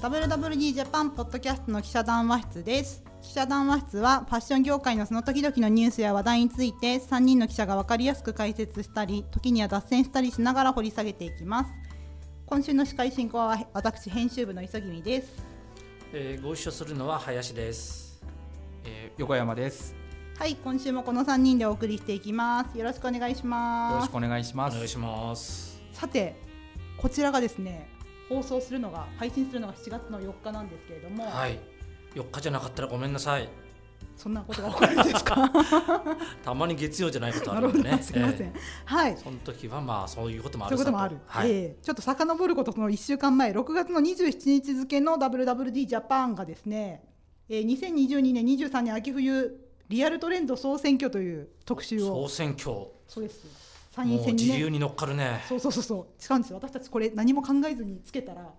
WWD ジャパンポッドキャストの記者談話室です記者談話室はファッション業界のその時々のニュースや話題について3人の記者が分かりやすく解説したり時には脱線したりしながら掘り下げていきます今週の司会進行は私編集部の磯君ですえーご一緒するのは林です。えー横山です。はい今週もこの3人でお送りしていきますよろしくお願いしよろましすくお願いしまおす。願いします。さてこちらがですね放送するのが配信するのが7月の4日なんですけれども、はい。4日じゃなかったらごめんなさい。そんなことが起こるんですかたまに月曜じゃ ないことあ なるるほんでど、ね。すいません、えはいえその時はまあそういうこともあそういるうさこともある、はい。ええちょっと遡ることその1週間前6月の27日付の WWD ジャパンがですね、えー、2022年23年秋冬リアルトレンド総選挙という特集総を選挙。もそうですう参院選に自由ねに乗っかるね。そうそうそうそう違うんですよ私たちこれ何も考えずにつけたら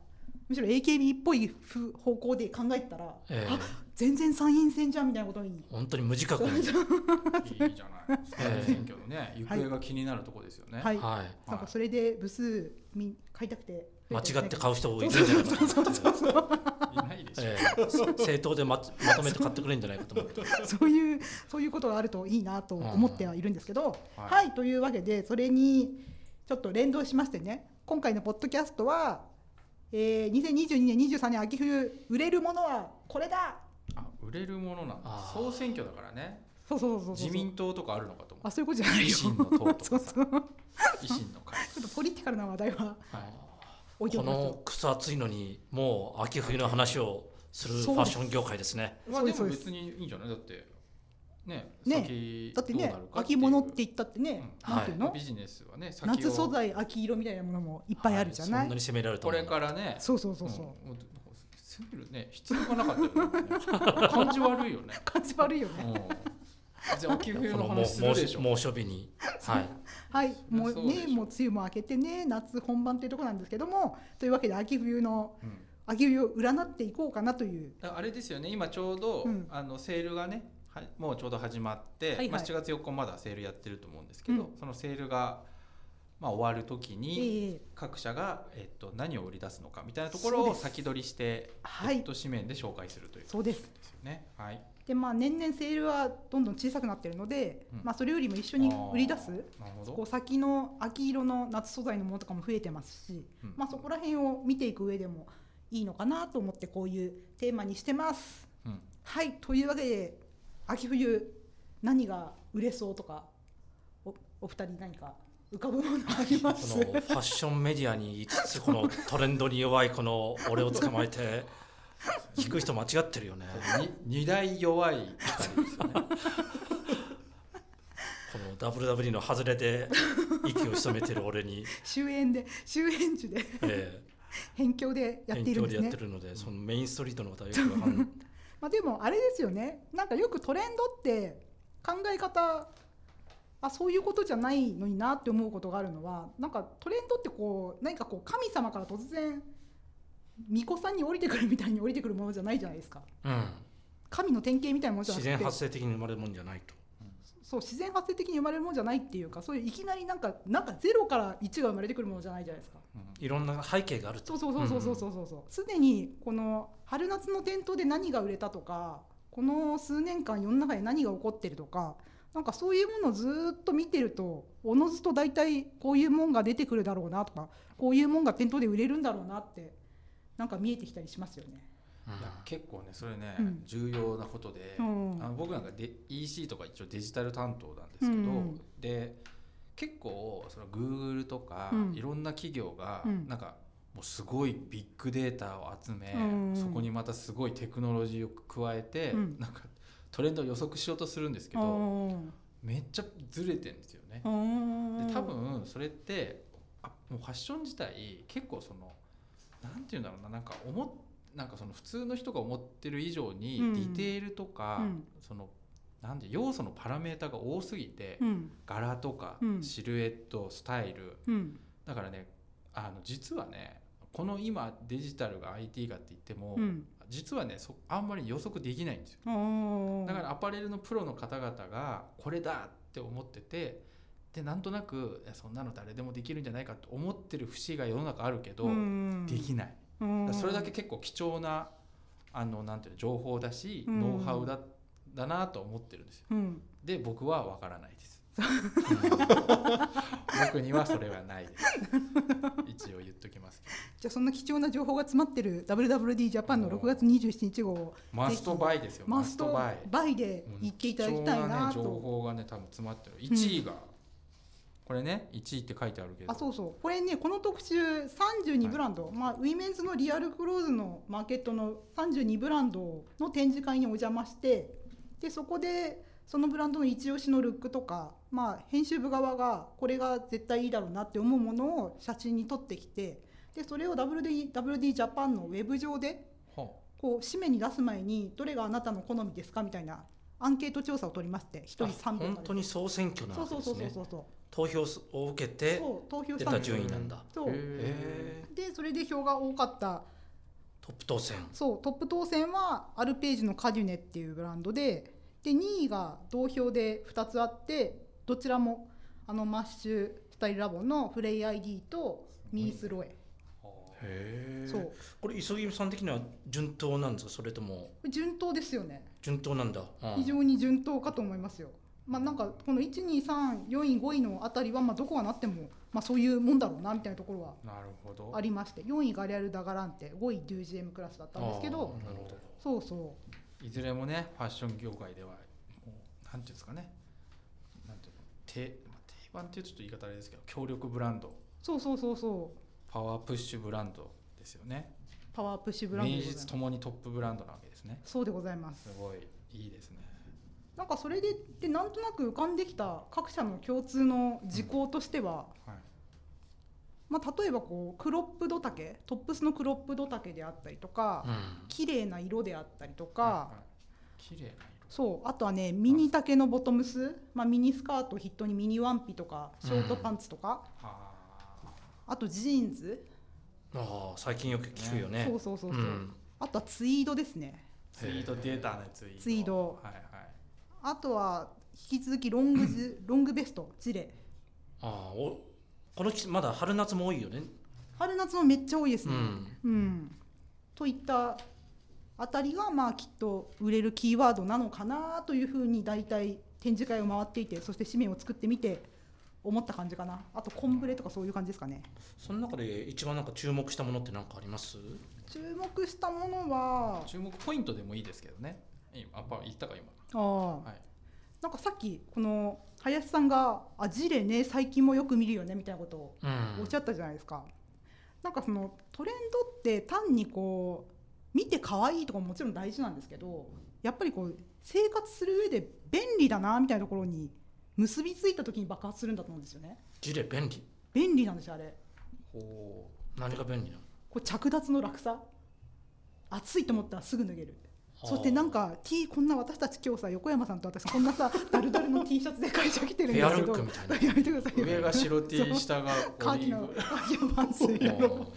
むしろ AKB っぽいふ方向で考えてたら、ええあ全然参院選じゃんみたいなことに本当に無自覚に。いいじゃないですか。ええ選挙のね、行方が気になるところですよね。 はい、はなんかそれで部数み買いたくてい。間違って買う人多いんじゃそうないそうかとそう思そうっそて。うそういないでしょ。ええ政党でまとまとめて買ってくれるんじゃないかと思って。 そういうそういうことがあるといいなと思ってはいるんですけど、うんはい、というわけでそれにちょっと連動しましてね今回のポッドキャストは、えー、2022年23年秋冬売れるものはこれだあ、売れるものなんだあ。ー総選挙だからね。そうそうそうそうそう自民党とかあるのかと思あう。そういうことじゃないよ維新の党と かそうそう維新の会。ちょっとポリティカルな話題は置いておきまこすの草暑いのにもう秋冬の話をするファッション業界ですね。まあそうでですも別にいいんじゃないだって。ね、ね先だってどうなねるか秋物って言ったってね、うんなんていうの、ビジネスはね、先を夏素材秋色みたいなものもいっぱいあるじゃな、はいそんなに責められるとこ思れう。からね。そうそうそうそう、んもなんか攻めるね、必要がなかったよね。 感じ悪いよね。感じ悪いよね、 うんじゃあ秋冬このの猛話するでし暑ょ。猛暑日に。はい。はい、もうそうでしね、ょもう梅雨も明けてね、夏本番というところなんですけども、というわけで秋冬のうん秋冬を占っていこうかなという。あれですよね今ちょうど、うんあのセールがねはもうちょうど始まって、はいはいまあ、7月4日まだセールやってると思うんですけど、うそのセールが、まあ、終わる時にええ各社が、えっと、何を売り出すのかみたいなところそうをです先取りして、はいネット紙面で紹介するというこそうです。とですよね。はい、で、まあ年々セールはどんどん小さくなってるので、うんまあそれよりも一緒に売り出す。なるほこうど、先の秋色の夏素材のものとかも増えてますし、うんまあそこら辺を見ていく上でもいいのかなと思ってこういうテーマにしてます。うんはい、というわけで秋冬何が売れそうとか、おお二人何か浮かぶものありまこすの？ファッションメディアに言いつつこのトレンドに弱いこの俺を捕まえて聞く人間違ってるよねに二大弱い二人ですよねこの WW の外れで息を潜めてる俺に、終焉で終焉地でえ辺境でえやって遠いる距んでですやっねて。るのでそのメインストリートの方はよくわかんないまあでもあれですよね。なんかよくトレンドって考え方あそういうことじゃないのになって思うことがあるのはなんかトレンドってこう何かこう神様から突然巫女さんに降りてくるみたいに降りてくるものじゃないじゃないですか。うん、神の典型みたいなものじゃな自くて然発生的に生まれるもんじゃないとそう自然発生的に生まれるものじゃないっていうかそういういきなりなんかなんかゼロから1が生まれてくるものじゃないじゃないですか。うんいろんな背景があるとそうそうそうそうそうそうそうすでにこの春夏の店頭で何が売れたとかこの数年間世の中で何が起こってるとかなんかそういうものをずっと見てるとおのずと大体こういうもんが出てくるだろうなとかこういうもんが店頭で売れるんだろうなってなんか見えてきたりしますよね。うんいや結構ねそれね、うん重要なことで、うんあの僕なんかで EC とか一応デジタル担当なんですけど、うんで結構その Google とか、うんいろんな企業が、うんなんかもうすごいビッグデータを集め、うんそこにまたすごいテクノロジーを加えて、うんなんかトレンドを予測しようとするんですけうど、んめっちゃずれてんですよね。うんで多分それってあもうファッション自体結構そのなんていうんだろうななんか思っなんかその普通の人が思ってる以上にうんディテールとか、うんそのなんで要素のパラメータが多すぎて、うん柄とかうんシルエットスタイルうんだからねあの実はねこの今デジタルが IT がって言っても、うん実はねそあんまり予測できないんですよ。うんだからアパレルのプロの方々がこれだって思っててでなんとなくいやそんなの誰でもできるんじゃないかと思ってる節が世の中あるけど、うんできない、ううんそれだけ結構貴重なあのなんていうの情報だし、うんノウハウだだなと思ってるんですようんで僕は分からないです僕にはそれはないです一応言っときますけどじゃあそんな貴重な情報が詰まってる WWD ジャパンの6月27日号マストバイですよママスストトバイバイでもうね言っていただきたいな貴重ね、情と。報がね多分詰まってる1位が、これね1位って書いてあるけどあそうそうこれねこの特集32ブランド、まあ、ウィメンズのリアルクローズのマーケットの32ブランドの展示会にお邪魔してでそこでそのブランドの一押しのルックとか、まあ、編集部側がこれが絶対いいだろうなって思うものを写真に撮ってきてでそれを WD, WD ジャパンのウェブ上でほこう紙面に出す前にどれがあなたの好みですかみたいなアンケート調査を取りまして1人あ3分本当に総選挙なそわうけそうそうですそうねそうそう投票を受けてそう投票し出たたんですよ順位なんだうそうへでそれで票が多かったトップ当選そうトップ当選はアルページのカデュネっていうブランドでで2位が同票で2つあってどちらもあのマッシュスタイルラボのフレイ ID とミースロエへそうこれ磯君さん的には順当なんですかそれとも順当ですよね順当なんだ、うん非常に順当かと思いますよまあなんかこの1234位5位のあたりはまあどこがなってもまあそういうもんだろうなみたいなところはなるほどありまして4位がリアル・ダガランテ5位デュージエムクラスだったんですけどあーなるほどそうそういずれもねファッション業界ではもうなんていうんですかねなんていうの定まあ定番っていうとちょっと言い方あれですけど協力ブランドそうそうそうそうパワープッシュブランドですよねパワープッシュブランド名でございま実すともにトップブランドなわけですねそうでございますすごいいいですねなんかそれでってなんとなく浮かんできた各社の共通の事項としては、はいまあ、例えばこうクロップド丈トップスのクロップド丈であったりとか、うん綺麗な色であったりとか、はいはい綺麗なそうあとはねミニ丈のボトムス、まあ、ミニスカート筆頭にミニワンピとかショートパンツとか、色ああとジーンズ、ああ最近よく聞くよねそうそうそうそう、うんあとはツイードですねーツイート出たねツイートツイートはいはいあとは引き続きロング ズロングベストジレああおこの季節まだ春夏も多いよね春夏もめっちゃ多いですうね、んうん、といったあたりがまあきっと売れるキーワードなのかなというふうに大体展示会を回っていてそして紙面を作ってみて思った感じかなあとコンブレとかそういう感じですかねその中で一番なんか注目したものって何かあります注目したものは注目ポイントでもいいですけどね今あパ言ったか今ああはいなんかさっきこの林さんが「あジレね最近もよく見るよね」みたいなことをうんおっしゃったじゃないですか、なんかそのトレンドって単にこう見て可愛いとかももちろん大事なんですけどやっぱりこう生活する上で便利だなみたいなところに結びついた時に爆発するんだと思うんですよねジレ便利便利なんですよあれほう何が便利なのこう着脱の楽さ暑いと思ったらすぐ脱げるあーそしてなんか T こんな私たち今日さ横山さんと私こん なさダルダルの T シャツで会社来てるんですけどペアルックみたいやめてくださいよ上が白 T 下がカオーリキーのブカーキのパンツやろうもう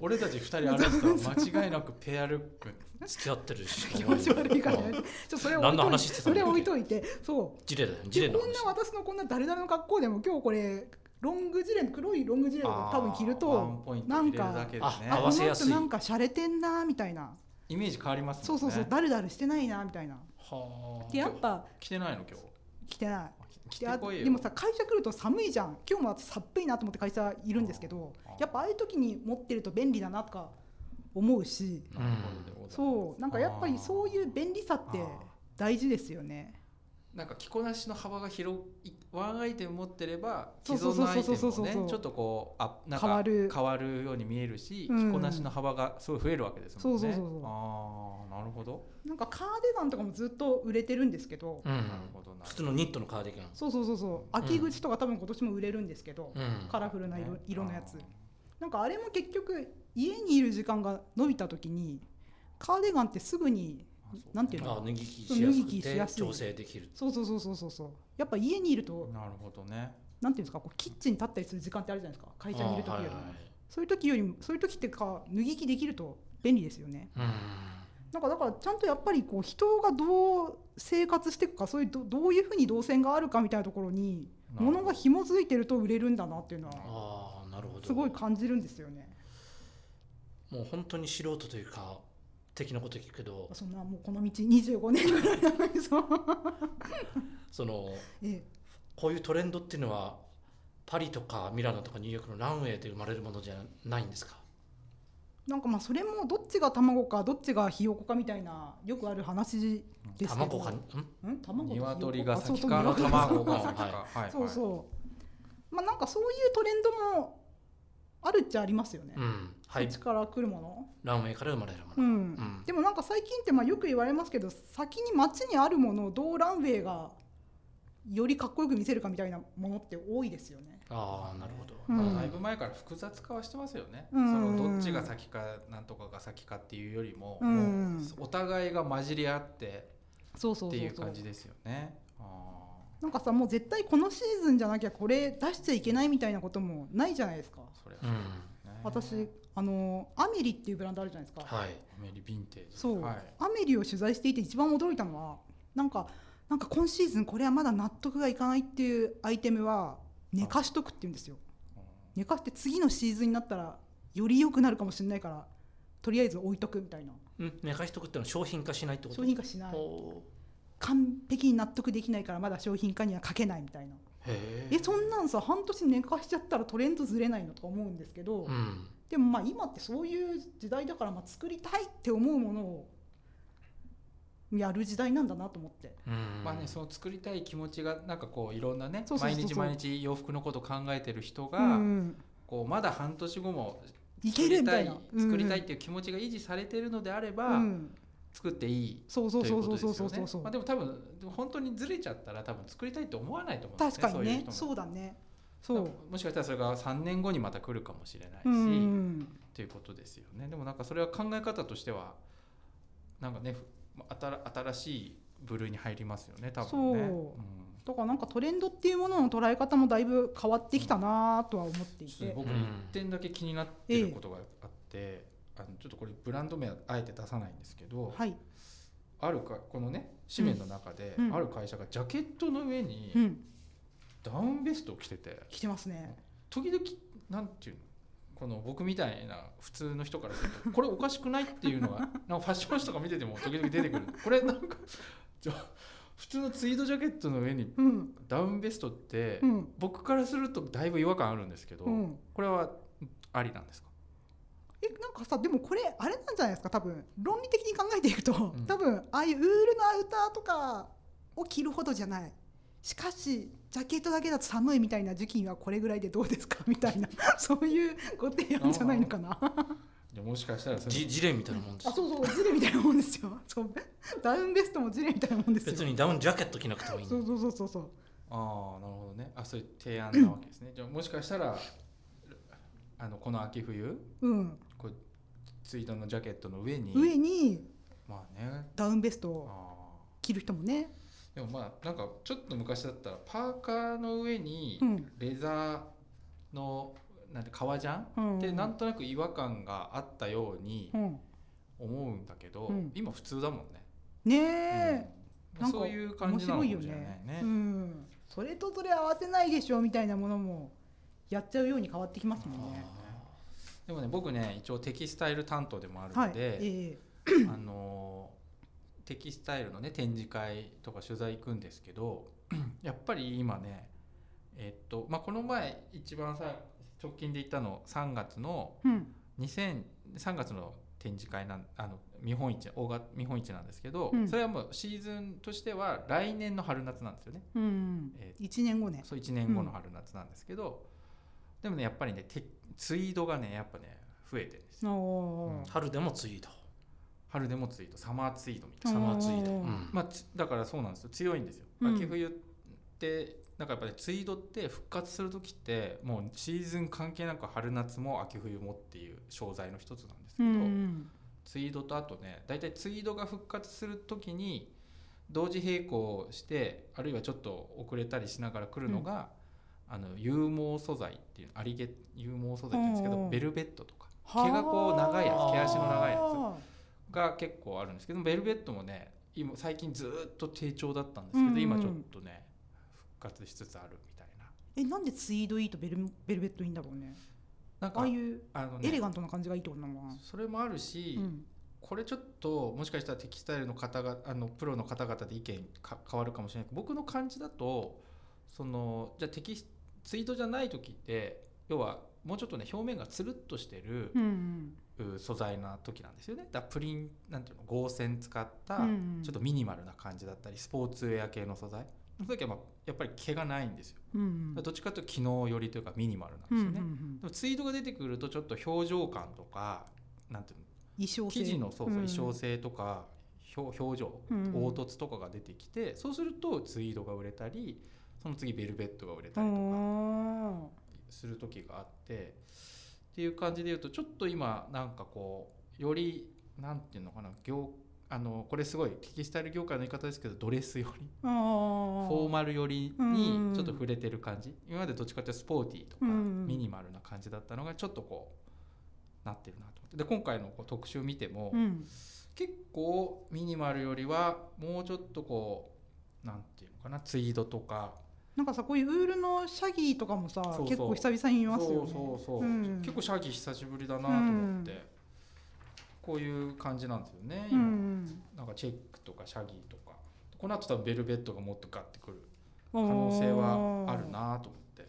俺たち二人歩いてたら間違いなくペアルック付き合ってるし 気持ち悪いからうね。ちんょっとそれは何の話してたそのれは置いといて、そジレだよう。ジレでのこんな話私のこんなダルダルの格好でも今日これロングジレン黒いロングジレンを多分着るワンとポイント入れるだけでなんかあ合こわのせやす人いなんか洒落てんなみたいな。イメージ変わりますそもうんねそうそうダルダルしてないなみたいな。はでやっぱ着てないの今着てない。日着でてあこいよでもさ会社来ると寒いじゃん今日も私寒いなと思って会社いるんですけどあーやっぱああいう時に持ってると便利だなとか思うしなるほどでございますそうなんかやっぱりそういう便利さってあー大事ですよね。なんか着こなしの幅が広いワンアイテム持ってればそう既そう存そうそうそのアイテうそうムもねちょっとこうあなんか変わる変わるように見えるし、うん着こなしの幅がすごい増えるわけですもんねそうそうそうそうああなるほどなんかカーディガンとかもずっと売れてるんですけど、うんなるほどなる普ほ通どのニットのカーディガンそうそうそうそう秋口とか多分今年も売れるんですけど、うんカラフルな色,、ね色のやつあーなんかあれも結局家にいる時間が伸びた時にカーディガンってすぐにあそうなんていうのあ脱ぎ着しやす脱ぎ着しやくすてい調整できるそうそうそうそうそうそうやっぱ家にいるとなるほどねなんていうんですかこうキッチンに立ったりする時間ってあるじゃないですか会社にいる時よりも、あーはいそういう時よりもそういう時ってか脱ぎ着できると便利ですよねはいなんかだからちゃんとやっぱりこう人がどう生活していくかそういうどどういうふうに動線があるかみたいなところになるほど物が紐づいてると売れるんだなっていうのはうんああなるほどすごい感じるんですよね。もう本当に素人というか的なこと聞くけどそんなもうこの道25年ぐらいなのにそうその ええこういうトレンドっていうのはパリとかミラノとかニューヨークのランウェイで生まれるものじゃないんですかなんかまあそれもどっちが卵かどっちがひよこかみたいなよくある話ですけど卵かんうん卵とひよこか鶏が先あそうかそう卵がが先先かかは いそうそうまあなんかそういうトレンドもあるっちゃありますよね、うこんはいっちから来るものランウェイから生まれるもうの、ん、うんでもなんか最近ってまあよく言われますけど先に街にあるものをどうランウェイがよりかっこよく見せるかみたいなものって多いですよね。ああなるほど、うんまあだいぶ前から複雑化はしてますよね、うんそのどっちが先かなんとかが先かっていうよりも,、うんもうお互いが混じり合ってそうそっうてそういそうう感じですよね。あなんかさもう絶対このシーズンじゃなきゃこれ出しちゃいけないみたいなこともないじゃないですか。ーそれうはんね私あのアメリっていうブランドあるじゃないですか。はいアメリヴィンテージそう、はいアメリを取材していて一番驚いたのはなんかなんか今シーズンこれはまだ納得がいかないっていうアイテムは寝かしとくって言うんですようん寝かして次のシーズンになったらより良くなるかもしれないからとりあえず置いとくみたいなうん寝かしとくってのは商品化しないってこと商品化しないお完璧に納得できないからまだ商品化にはかけないみたいなーへえそんなんさ半年寝かしちゃったらトレンドずれないのとか思うんですけど、うんでもまあ今ってそういう時代だからまあ作りたいって思うものをやる時代なんだなと思ってうんまあね、その作りたい気持ちがなんかこういろんなねそうそうそうそう毎日毎日洋服のことを考えてる人が、うんこうまだ半年後もい作けるりみたたいいな作りたいっうんていう気持ちが維持されてるのであれば、うん作っていいそうそとういそううこそとうですそようそうそうそねうまあ、でも多分でも本当にずれちゃったら多分作りたいと思わないと思うんです確かにねそういう人もそうだねそだうからもしかしたらそれが3年後にまた来るかもしれないし、うんということですよねでもなんかそれは考え方としてはなんかねふまあ新新しい部類に入りますよね多分ね。そうんだからなんかトレンドっていうものの捉え方もだいぶ変わってきたなとは思っていちょってと僕うん一点だけ気になってることがあって、あのちょっとこれブランド名はあえて出さないんですけど、はいあるかこのね紙面の中で、うんある会社がジャケットの上にうんダウンベストを着てて、来てますね時々なんていうのこの僕みたいな普通の人からするとこれおかしくないっていう のがなんかファッション誌とか見てても時々出てくるこれなんかじゃ普通のツイードジャケットの上にうんダウンベストって、うん僕からするとだいぶ違和感あるんですけど、うんこれはありなんですかえなんかさでもこれあれなんじゃないですか多分論理的に考えていくと、ん多分ああいうウールのアウターとかを着るほどじゃないしかしジャケットだけだと寒いみたいな時期にはこれぐらいでどうですかみ たいなそういうご提案じゃないのかなじゃあもしかしたらそのジジレンみたいなもんですあよそうそうジレみたいなもんですよそうダウンベストもジレみたいなもんですよ別にダウンジャケット着なくてもいいそうそうそうそうそうああなるほどねあそういう提案なわけですねじゃあもしかしたらあのこの秋冬うん、こうツイードのジャケットの上に上にまあねダウンベストあをあ着る人もね、でもまあなんかちょっと昔だったらパーカーの上にうんレザーのなんて革ジャン、うん、でなんとなく違和感があったようにうん、思うんだけど、うん今普通だもんね、ねうんえ、まあなんかそういう感じなのかもしれないねうん、それとそれ合わせないでしょみたいなものもやっちゃうように変わってきますもんね。でもね僕ね一応テキスタイル担当でもあるはいの、で、えあのテキスタイルのね展示会とか取材行くんですけど やっぱり今ねえっとまあこの前一番さ直近で行ったの3月のえうん、 2003月の展示会なんあの見本市大型見本市なんですけど、うんそれはもうシーズンとしては来年の春夏なんですよね。うんえ、一年後ね。そう1年後の春夏なんですけど、でもねやっぱりねてツイードがねやっぱね増えてるんですよ。お春でもツイード春でもツイードサマーツイードみたいな。サマーツイード、うんうんまあ、つだからそうなんですよ強いんですよ、うん秋冬ってなんかやっぱりツイードって復活する時ってもうシーズン関係なく春夏も秋冬もっていう商材の一つなんですけうど、ん、ツイードとあとね大体ツイードが復活する時に同時並行してあるいはちょっと遅れたりしながら来るのが、あの有毛素材っていうありげ有毛素材って言うんですけうんうどんベルベットとか毛がこう長いやつ毛足の長いやつが結構あるんですけどベルベットもね今最近ずーっと低調だったんですけど、うんうんうん今ちょっとね復活しつつあるみたいなつ。え、なんでツイードイーとベルベルベットいいんだろうね。なんあかあいうあのねエレガントな感じがいいってことなのかな、それもあるし、うん、これちょっともしかしたらテキスタイルの方があのプロの方々で意見か変わるかもしれないけど僕の感じだとそのじゃあテキスツイートじゃない時って要はもうちょっとね表面がつるっとしてるう、んう素材な時なんですよねだからプリンなんていうの合成使った、うんうんちょっとミニマルな感じだったりスポーツウェア系の素材その時はまあやっぱり毛がないんですよ、うんうんどっちかというと機能寄りというかミニマルなんですうんうよんね、うんでもツイートが出てくるとちょっと表情感とかなんていうの衣装性記事のそうそううん衣装性とか表表情、うん凹凸とかが出てきてそうするとツイードが売れたりその次ベルベットが売れたりとかあする時があってっていう感じで言うとちょっと今なんかこうよりなんていうのかな業あのこれすごいテキスタイル業界の言い方ですけどドレス寄りーあフーォーマル寄りうんうんにちょっと触れてる感じ今までどっちかというとスポーティーとうかんうんミニマルな感じだったのがちょっとこうなってるなと思ってで今回のこう特集見ても、うん結構ミニマルよりはもうちょっとこうなんていうのかなツイードとかなんかさこういうウールのシャギーとかもさそうそう結構久々に見ますよねそうそうそう、うん結構シャギ久しぶりだなと思って、こういう感じなんですよねうんう今、んなんかチェックとかシャギとかこの後多分ベルベットがもっとガッてくる可可能性はあるなと思って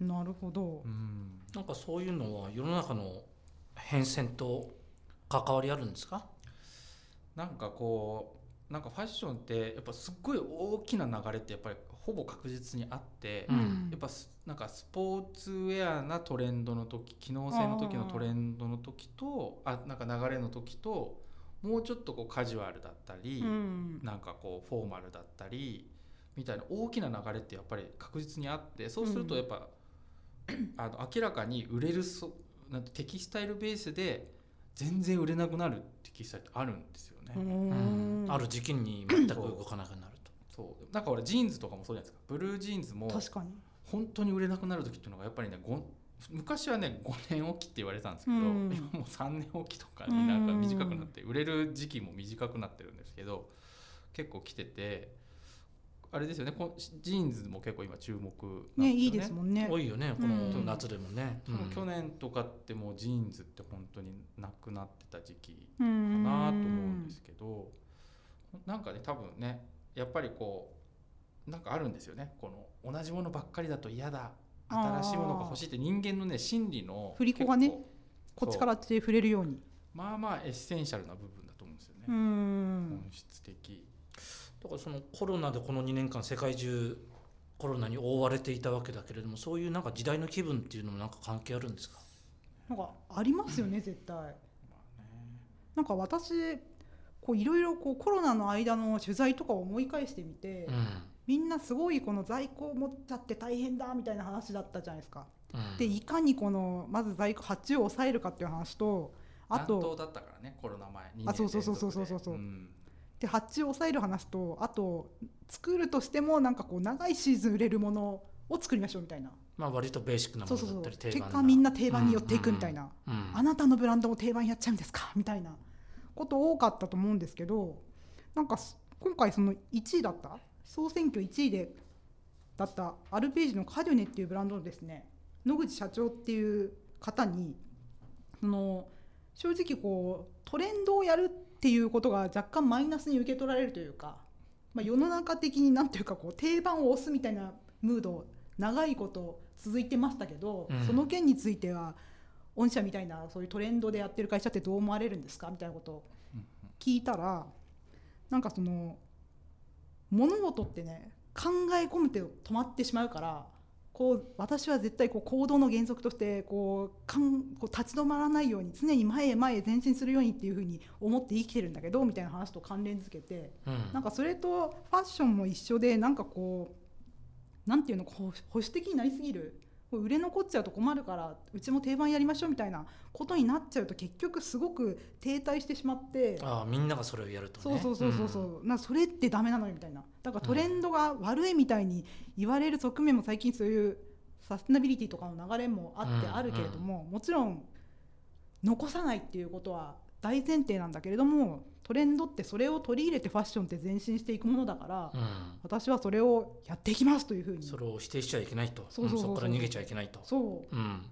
なるほどうんなんかそういうのは世の中の変遷と関わりあるんですかなんかこうなんかファッションってやっぱすっごい大きな流れってやっぱりほぼ確実にあって、うんやっぱすなんかスポーツウェアなトレンドの時機能性の時のトレンドの時とあなんか流れの時ともうちょっとこうカジュアルだったり、うんなんかこうフォーマルだったりみたいな大きな流れってやっぱり確実にあってそうするとうんやっぱ、あの明らかに売れるそなんてテキスタイルベースで全然売れなくなるテキスタイルってあるんですよね。うんある時期に全く動かなくなると。そうなんか俺ジーンズとかもそうじゃないですかブルージーンズも確かに本当に売れなくなる時っていうのがやっぱりねご昔はね5年おきって言われてたんですけど、うん今もう3年おきとかになんかうん短くなって、売れる時期も短くなってるんですけど結構来ててあれですよねこジーンズも結構今注目なねんよいいですもんね多いよねこの夏でもね。多分うん去年とかってもうジーンズって本当になくなってた時期かかなと思うんですけどなんかね多分ねやっぱりこうなんかあるんですよねこの同じものばっかりだと嫌だ新しいものが欲しいって人間のね心理の振り子がね結構こっちから手触れるようにまあまあエッセンシャルな部分だと思うんですよねう、ん本質的だからそのコロナでこの2年間世界中コロナに覆われていたわけだけれどもそういうなんか時代の気分っていうのもなんか関係あるんですかなんかありますよね絶対まあねなんか私こういろいろこうコロナの間の取材とかを思い返してみて、うんみんなすごいこの在庫を持っちゃって大変だみたいな話だったじゃないですか。うんでいかにこのまず在庫発注を抑えるかっていう話とあ暖と冬だったからねコロナ前にあそうそうそうそうそうそうそうで発注を抑える話とあと作るとしてもなんかこう長いシーズン売れるものを作りましょうみたいなまあ割とベーシックなそもうそうそのうだったり結定番果みんな定番に寄っていくみたいな、うんうんうんあなたのブランドも定番やっちゃうんですかみたいなこと多かったと思うんですけどなんかす今回その1位だった総選挙1位でだったアルページのカデュネっていうブランドのですね野口社長っていう方にその正直こうトレンドをやるっていうことが若干マイナスに受け取られるというか、まあ、世の中的になんていうかこう定番を押すみたいなムード長いこと続いてましたけど、うんその件については御社みたいなそういうトレンドでやってる会社ってどう思われるんですかみたいなことをうん聞いたらなんかその物事ってね考え込むと止まってしまうからこう私は絶対こう行動の原則としてこうかんこう立ち止まらないように常に前へ前へ前進するようにっていうふうに思って生きてるんだけどみたいな話と関連づけてうんなんかそれとファッションも一緒でなんかこうなんていうのこう保守的になりすぎるこう売れ残っちゃうと困るからうちも定番やりましょうみたいなことになっちゃうと結局すごく停滞してしまって。ああみんながそれをやるとそうねそうそうそうそう、なそれってダメなのよみたいなだからトレンドが悪いみたいに言われる側面も最近そういうサステナビリティとかの流れもあってうんあるけれども、もちろん残さないっていうことは大前提なんだけれどもトレンドってそれを取り入れてファッションって前進していくものだから、うんうん私はそれをやっていきますというふうにそれを否定しちゃいけないとそうそうそうそううんそこから逃げちゃいけないとそううん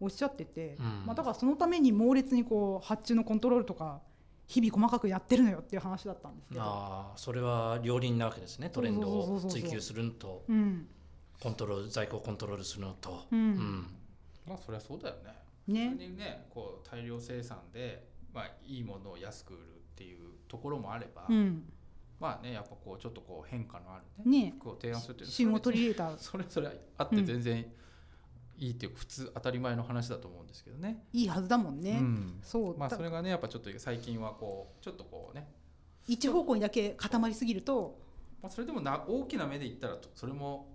おっしゃってて、うんまあ、だからそのために猛烈にこう発注のコントロールとか日々細かくやってるのよっていう話だったんですけど、ああそれは両輪なわけですねトレンそドうそうをそうそう追求するのとうんコントロール在庫をコントロールするのと、ううんまあそりゃそうだよねね普通にねこう大量生産で、まあ、いいものを安く売るっていうところもあれば、うん、まあねやっぱこうちょっとこう変化のあるねね服を提案するっていう旬を取り入れたそれそれあって全然いいっていうか普通当たり前の話だと思うんですけどね。いいはずだもんね、うんそう、まあだそれがねやっぱちょっと最近はこうちょっとこうね、一方向にだけ固まりすぎるとまあ、それでもな大きな目で言ったらとそれも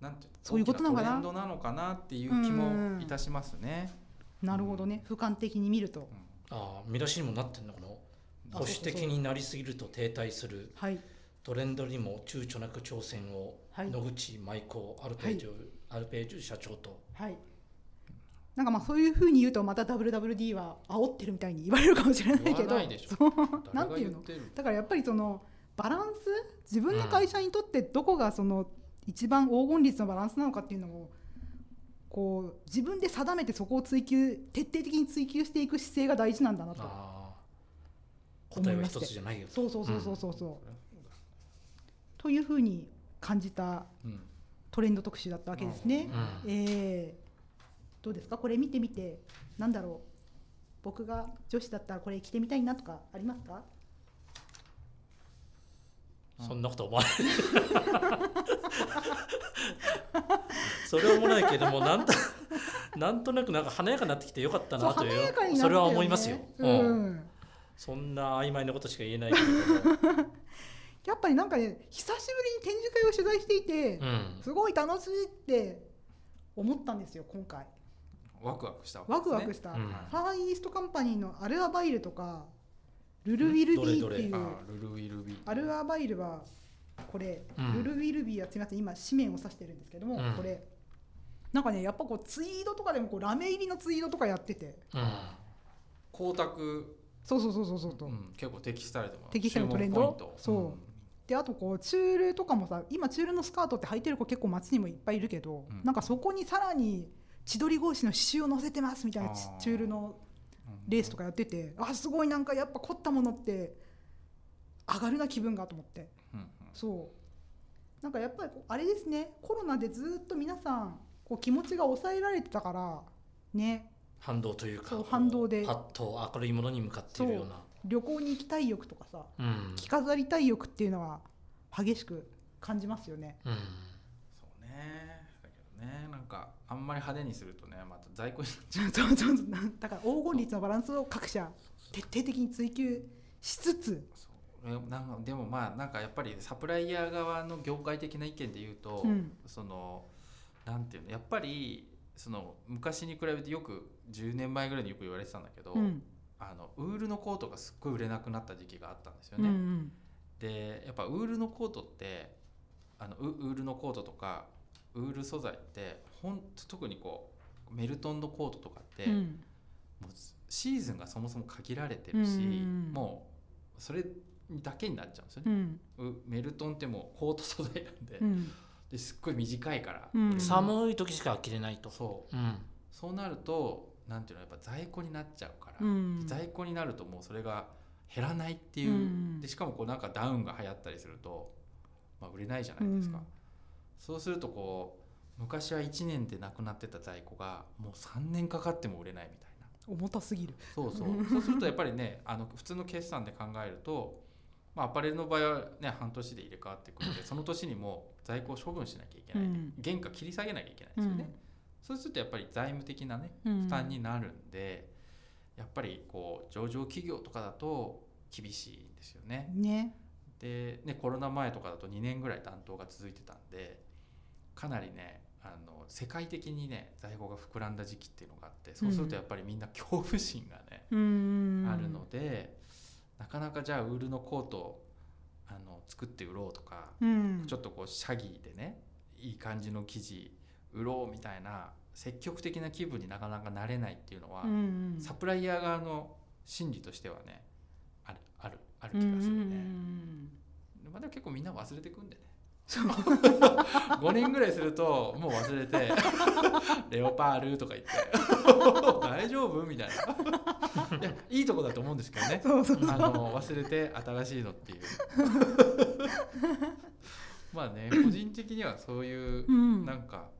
なんていうのそういうことなのかな大きトレンドなのかなっていう気もいたしますね。なるほどね俯瞰的に見るとうんああ見出しにもなってんのこのあ保守的になりすぎると停滞するはいトレンドにも躊躇なく挑戦を、はい野口舞子アルページュ、アルページュ社長とはいなんかまあそういうふうに言うとまた WWD は煽ってるみたいに言われるかもしれないけ言わどないでしょそうな誰んがてい言うっのて るだからやっぱりそのバランス自分の会社にとってどこがその一番黄金率のバランスなのかっていうのをこう自分で定めてそこを追求徹底的に追求していく姿勢が大事なんだなとああ思答いえはまして一つじゃないよとそうそうそうそうそうそう、そりゃそうだというふうに感じたうんトレンド特集だったわけですね。うんえーどうですかこれ見てみてなんだろう僕が女子だったらこれ着てみたいなとかありますかうんそんなこと思わない それは思わないけどもなんと なんとなくなんか華やかになってきてよかったなという華やかになったよねそれは思いますよ、ううんん、そんな曖昧なことしか言えない けれども、やっぱりなんかね久しぶりに展示会を取材していて、うん、すごい楽しいって思ったんですよ今回ワクワクしたわけですねワクワクした、うんファーイーストカンパニーのアルアバイルとかルルウィルビーっていうどああルルウィルビーアルアバイルはこれ、うんルルウィルビーはすみません今紙面を指してるんですけども、うんこれなんかねやっぱこうツイードとかでもこうラメ入りのツイードとかやっててうん光沢、そうそうそうそうそう、うん、結構適したりとか適したりのトレンドそううんであとこうチュールとかもさ今チュールのスカートって履いてる子結構街にもいっぱいいるけど、うんなんかそこにさらに千鳥格子の刺繍を乗せてますみたいなチあーチュールのうんレースとかやっててあすごいなんかやっぱ凝ったものって上がるな気分がと思ってうんうんそうなんかやっぱりこうあれですねコロナでずっと皆さんこう気持ちが抑えられてたからね反動というかそう反動でパッと明るいものに向かっているような旅行に行きたい欲とかさうん着飾りたい欲っていうのは激しく感じますよね。うんそうねだけどねなんかあんまり派手にするとねまた在庫にそうそうそうだから黄金率のバランスを各社徹底的に追求しつつ、そうえなんかでもまあなんかやっぱりサプライヤー側の業界的な意見で言うと、うんそのなんていうのやっぱりその昔に比べてよく10年前ぐらいによく言われてたんだけど、うんあのウールのコートがすっごい売れなくなった時期があったんですようんうね。んでやっぱウールのコートってあのウウールのコートとかウール素材ってほんと特にこうメルトンのコートとかって、うんもうシーズンがそもそも限られてるし、うんうんうんもうそれだけになっちゃうんですようね、んうメルトンってもうコート素材なんで,、うんですっごい短いから、うん寒い時しか着れないと、そううん、そうなるとなんていうのやっぱ在庫になっちゃうから、うん在庫になるともうそれが減らないっていう、うんでしかもこうなんかダウンが流行ったりすると、まあ、売れないじゃないですか、うんそうするとこう昔は1年でなくなってた在庫がもう3年かかっても売れないみたいな重たすぎる。そうそうそうするとやっぱりねあの普通の決算で考えると、まあ、アパレルの場合はね半年で入れ替わってくる のでその年にもう在庫を処分しなきゃいけない、うん原価切り下げなきゃいけないですよね、そうするとやっぱり財務的なね負負担になるんで、やっぱりこう上場企業とかだと厳しいんですよね。ね。でねコロナ前とかだと2年ぐらい担当が続いてたんでかなりねあの世界的にね在庫が膨らんだ時期っていうのがあってそうするとやっぱりみんな恐怖心がね、うんあるので、なかなかじゃあウールのコートをあの作って売ろうとか、うん、ちょっとこうシャギーでねいい感じの生地売ろうみたいな積極的な気分になかなかなれないっていうのは、うんうんサプライヤー側の心理としてはねあるあるある気がするうんね、うんうんまあ、でも結構みんな忘れてくんでね 5年ぐらいするともう忘 れて「レオパール」とか言って「 大丈夫?」みたいないやいいとこだと思うんですけどねそうそう あの忘れて新しいのっていう まあね個人的にはそういううなんんか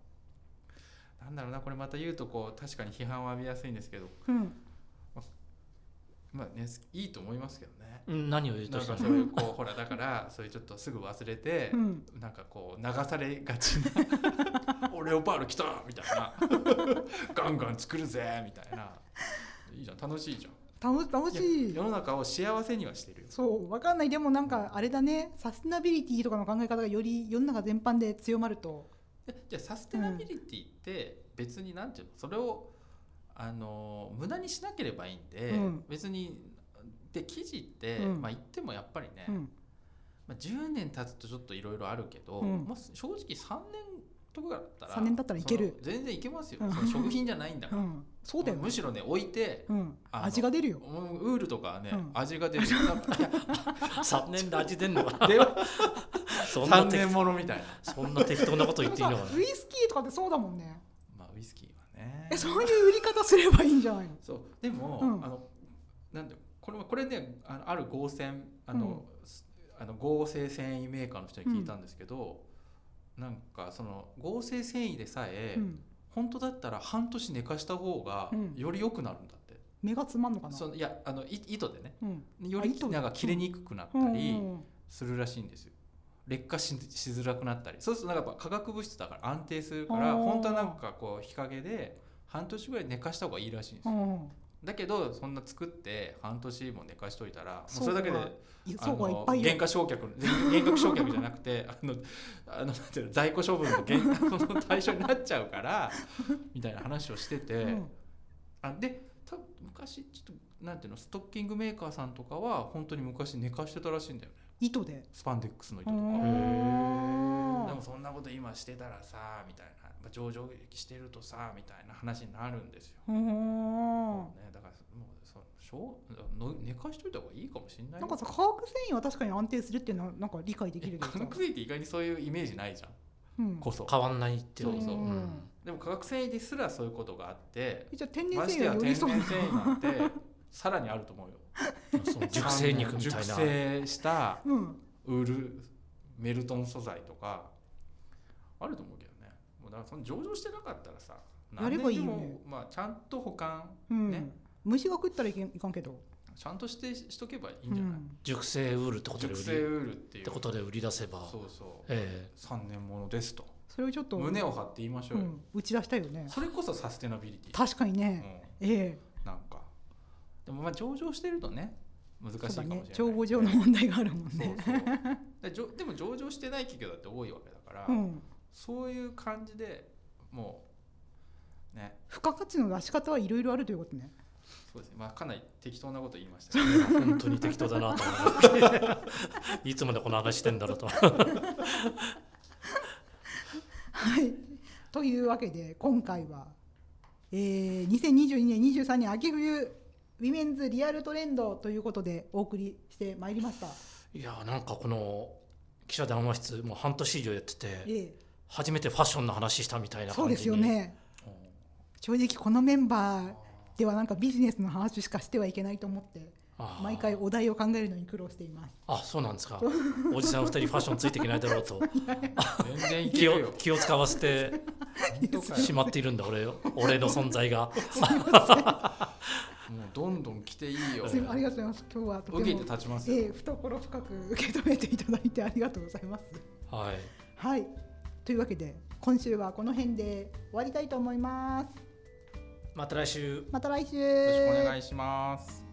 なんだろうなこれまた言うとこう確かに批判を浴びやすいんですけどうんまあねいいと思いますけどねうん何を言うなとんしたからそういうこうほらだ からそういうちょっとすぐ忘れてう、んなんかこう流されがち な「おレオパール来た!」みたいな「ガンガン作るぜ!」みたいな「いいじゃん楽しいじゃん」楽楽しい世の中を幸せにはしてるよそうわかんないでもなんかあれだねサステナビリティとかの考え方がより世の中全般で強まるとえじゃあサステナビリティって別になんていうのそれをあの無駄にしなければいいんで、うん別にで記事って、うんまあ言ってもやっぱりね、うんまあ、10年経つとちょっといろいろあるけど、うんまあ、正直3年とかだったら三年だったらいけるその全然いけますよ、うんその食品じゃないんだかうら、んそうだよむねしろね置いて、うんあの味が出るようんウールとかはね、うん味が出る い 3年で味出んのかやではそんな3適年ものみたいな、そんな適 当なこと言っていいのかでもなさウイスキーとかってそうだもんねまあ、ウイスキーはねえそういう売り方すればいいんじゃないのそうでも、うんあのなんでこれはこれねあのある合成あの、すあの合成繊維メーカーの人に聞いたんですけど、なんかその合成繊維でさえ、うん本当だったら半年寝かした方がうんより良くなるんだって、目がつまんのかなそのいやあのい糸でねうんよあり糸でなんか切れにくくなったうんりうんするらしいんですよ。劣化ししづらくなったりそうするとなんかやっぱ化学物質だから安定するからあー本当はなんかこう日陰で半年ぐらい寝かした方がいいらしいんですよ。うんうんだけどそんな作って半年も寝かしといたらもうそそうれかだけでいやあ倉庫がいのっぱいよ減価償却 減価償却じゃなくてあのあのなんていうの在庫処分の減 この対象になっちゃうからみたいな話をしてて、うんあで多分昔ちょっとなんていうのストッキングメーカーさんとかは本当に昔寝かしてたらしいんだよね糸でスパンデックスの糸とか。うんでもそんなこと今してたらさみたいなまあ上場してるとさみたいな話になるんですよ。うんね、だからもうそうしょうの寝かしといた方がいいかもしれないなんかさよ化学繊維は確かに安定するっていうのはなんか理解できえるけ化ど 学繊維って意外にそういうイメージないじゃん、うんこそ変わんないってそうそうんでも化学繊維ですらそういうことがあってじゃあ天然まし繊て維やはよ天り然そ繊うなの維なんてさらにあると思うよその熟成肉みたい熟な 成した うんウールメルトン素材とかあると思うけどねもうだからその上場してなかったらさやればいいよね何年でもまあ、ちゃんと保管うんね虫が食ったらいけんいかんけどちゃんとしてしとけばいいいんじゃない、熟成ウールってことで熟売り成ウールっていうってことで売り出せばそうそうえ3年ものですとそれをちょっと胸を張って言いましょううよ、ん打ち出したいよねそれこそサステナビリティ、確かにうん、ねええなんかでもまあ上場してるとね難しいかもそうだしれないね帳簿上の問題があるもんねそうそう で上でも上場してない企業だって多いわけだから、うんそういう感じでもうね付加価値の出し方はいろいろあるということねそうですねまあかなり適当なこと言いま したけどえ本当に適当だなと思って いつまでこの話してんだろう とはいというわけで今回は、えー、2022年23年秋冬ウィメンズリアルトレンドということでお送りしてまいりました。いやーなんかこの記者談話室もう半年以上やっててえ初めてファッションの話したみたいえ、なそう感ですじよに、ね正直このメンバーあではなんかビジネスの話しかしてはいけないと思ってあー毎回お題を考えるのに苦労しています。あそうなんですかおじさん二人ファッションついていけないだろう とー全然いけ気るをよ気を使わせて本当かよしまっているんだ俺を俺の存在 がもうどんどん来ていいよすみませんありがとうございます。今日はとても受けて立ちますよ、ええ懐深く受け止めていただいてありがとうございます。はいはい、というわけで今週はこの辺で終わりたいと思います。また来週また来週。よろしくお願いします